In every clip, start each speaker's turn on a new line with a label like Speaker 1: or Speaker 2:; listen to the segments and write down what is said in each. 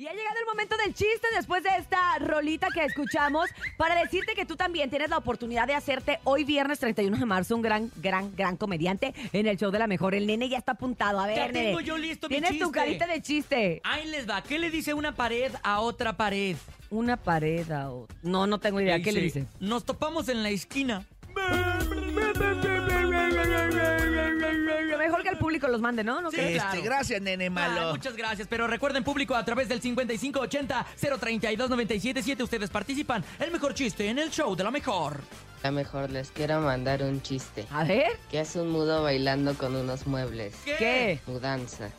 Speaker 1: Y ha llegado el momento del chiste después de esta rolita que escuchamos para decirte que tú también tienes la oportunidad de hacerte hoy viernes 31 de marzo un gran, gran, gran comediante en el show de la mejor. El nene ya está apuntado. A ver,
Speaker 2: Ya tengo
Speaker 1: nene,
Speaker 2: yo listo mi
Speaker 1: Tienes tu
Speaker 2: chiste.
Speaker 1: carita de chiste.
Speaker 2: Ahí les va. ¿Qué le dice una pared a otra pared?
Speaker 1: Una pared a otra. No, no tengo idea. ¿Qué le
Speaker 2: Dice,
Speaker 1: dicen?
Speaker 2: Nos topamos en la esquina.
Speaker 1: Mejor que el público los mande, ¿no? ¿No
Speaker 2: Sí.
Speaker 1: crees?
Speaker 3: Este,
Speaker 2: claro.
Speaker 3: Gracias, nene
Speaker 2: Ay,
Speaker 3: malo.
Speaker 2: muchas gracias, pero recuerden público a través del 5580-032-977 ustedes participan. El mejor chiste en el show de la mejor.
Speaker 4: A mejor les quiero mandar un chiste.
Speaker 1: A ver.
Speaker 4: ¿Qué hace un mudo bailando con unos muebles?
Speaker 2: Eh,
Speaker 1: ¿Qué?
Speaker 4: Mudanza.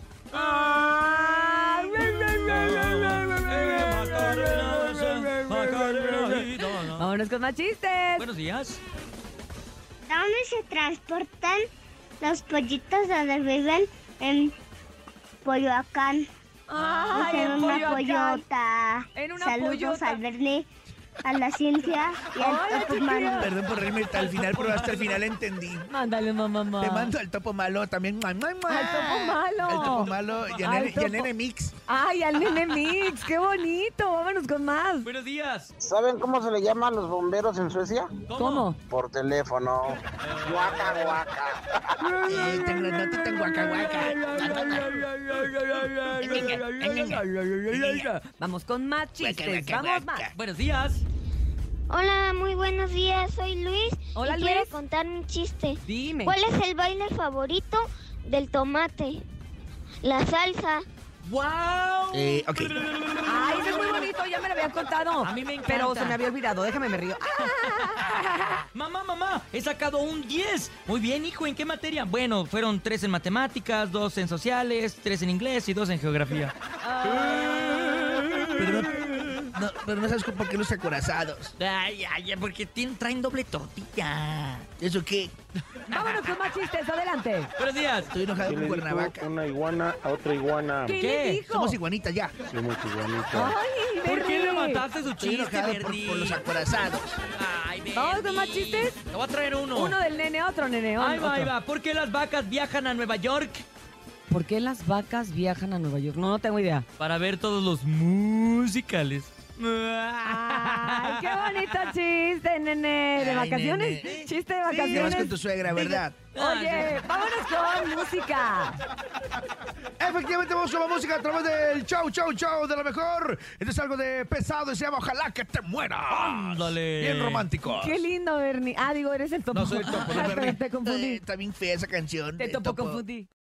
Speaker 1: Vámonos con más chistes.
Speaker 2: Buenos días.
Speaker 5: ¿Dónde se transportan los pollitos donde viven en Polloacán?
Speaker 1: Ay,
Speaker 5: Es en
Speaker 1: el
Speaker 5: una
Speaker 1: Coyoacán.
Speaker 5: pollota.
Speaker 1: En una
Speaker 5: Saludos
Speaker 1: pollota.
Speaker 5: al Bernie, a la ciencia y
Speaker 1: Hola,
Speaker 5: al Topo Malo.
Speaker 3: Perdón por reírme hasta el final, pero hasta el final entendí.
Speaker 1: Mándale, mamá.
Speaker 3: Te mando al topo malo también. Al
Speaker 1: Ah. Al topo malo.
Speaker 3: Al topo malo y
Speaker 1: Al
Speaker 3: al nene, y al
Speaker 1: topo-
Speaker 3: nene mix.
Speaker 1: Ay, al nene mix. Qué bonito. Vámonos con más.
Speaker 2: Buenos días.
Speaker 6: ¿Saben cómo se le llama a los bomberos en Suecia?
Speaker 1: ¿Cómo?
Speaker 6: Por teléfono. Guaca, guaca.
Speaker 3: Eh, tengo la nota tan guaca, guaca.
Speaker 1: Vamos con más chistes.
Speaker 3: guaca,
Speaker 1: Vamos
Speaker 3: guaca.
Speaker 1: más.
Speaker 2: Buenos días.
Speaker 7: Hola, muy buenos días, soy Luis
Speaker 1: Hola,
Speaker 7: y quiero
Speaker 1: Luis.
Speaker 7: contar un chiste.
Speaker 1: Dime.
Speaker 7: ¿Cuál es el baile favorito del tomate? La salsa.
Speaker 2: ¡Wow!
Speaker 3: Eh, ok.
Speaker 1: Ay, ese es muy bonito. Ya me lo habían contado.
Speaker 2: A mí me encanta.
Speaker 1: Pero se me había olvidado. Déjame me río. Ah,
Speaker 2: Mamá, mamá, he sacado un 10. Muy bien, hijo, ¿en qué materia? Bueno, fueron tres en matemáticas, dos en sociales, tres en inglés y dos en geografía.
Speaker 3: Pero no, no- pero no sabes por qué los acorazados.
Speaker 2: Ay, ay, porque tienen, traen doble tortilla.
Speaker 3: ¿Eso qué?
Speaker 1: Vámonos con más chistes. Adelante.
Speaker 2: Buenos días.
Speaker 3: Estoy enojado con Cuernavaca.
Speaker 6: una iguana a otra iguana?
Speaker 1: ¿Qué,
Speaker 2: ¿Qué?
Speaker 1: le dijo?
Speaker 3: Somos iguanitas ya.
Speaker 6: Somos iguanitas.
Speaker 1: Ay,
Speaker 2: ¿Por qué
Speaker 1: Bernie.
Speaker 2: le mataste su
Speaker 3: Estoy
Speaker 2: chiste,
Speaker 3: enojado por,
Speaker 2: Bernie?
Speaker 3: por los acorazados.
Speaker 2: Ay, Bernie.
Speaker 1: Vamos con más chistes.
Speaker 2: Te voy a traer uno.
Speaker 1: Uno del nene, otro nene.
Speaker 2: Ahí va, ahí
Speaker 1: otro.
Speaker 2: va. ¿Por qué las vacas viajan a Nueva York?
Speaker 1: ¿Por qué las vacas viajan a Nueva York? No, no tengo idea.
Speaker 2: Para ver todos los musicales.
Speaker 1: Ay,
Speaker 2: Ah.
Speaker 1: qué bonito chiste, nene. Eh, ¿De
Speaker 3: Ay,
Speaker 1: vacaciones?
Speaker 3: nene.
Speaker 1: Chiste de
Speaker 3: Te vas con tu
Speaker 1: vacaciones.
Speaker 3: suegra, ¿verdad?
Speaker 1: Oye, vámonos con música.
Speaker 3: Efectivamente, vamos con la música a través del chau, chau, chau de la mejor. Esto es algo de pesado y se llama Ojalá que te mueras.
Speaker 2: Ándale.
Speaker 3: Bien romántico.
Speaker 1: Qué lindo, Bernie. Ah, digo, eres el topo.
Speaker 3: No soy el topo,
Speaker 1: Ay,
Speaker 3: no,
Speaker 1: pero
Speaker 3: Bernie.
Speaker 1: Te confundí.
Speaker 3: Eh, Está bien fea esa canción.
Speaker 1: Te
Speaker 3: del
Speaker 1: topo confundí.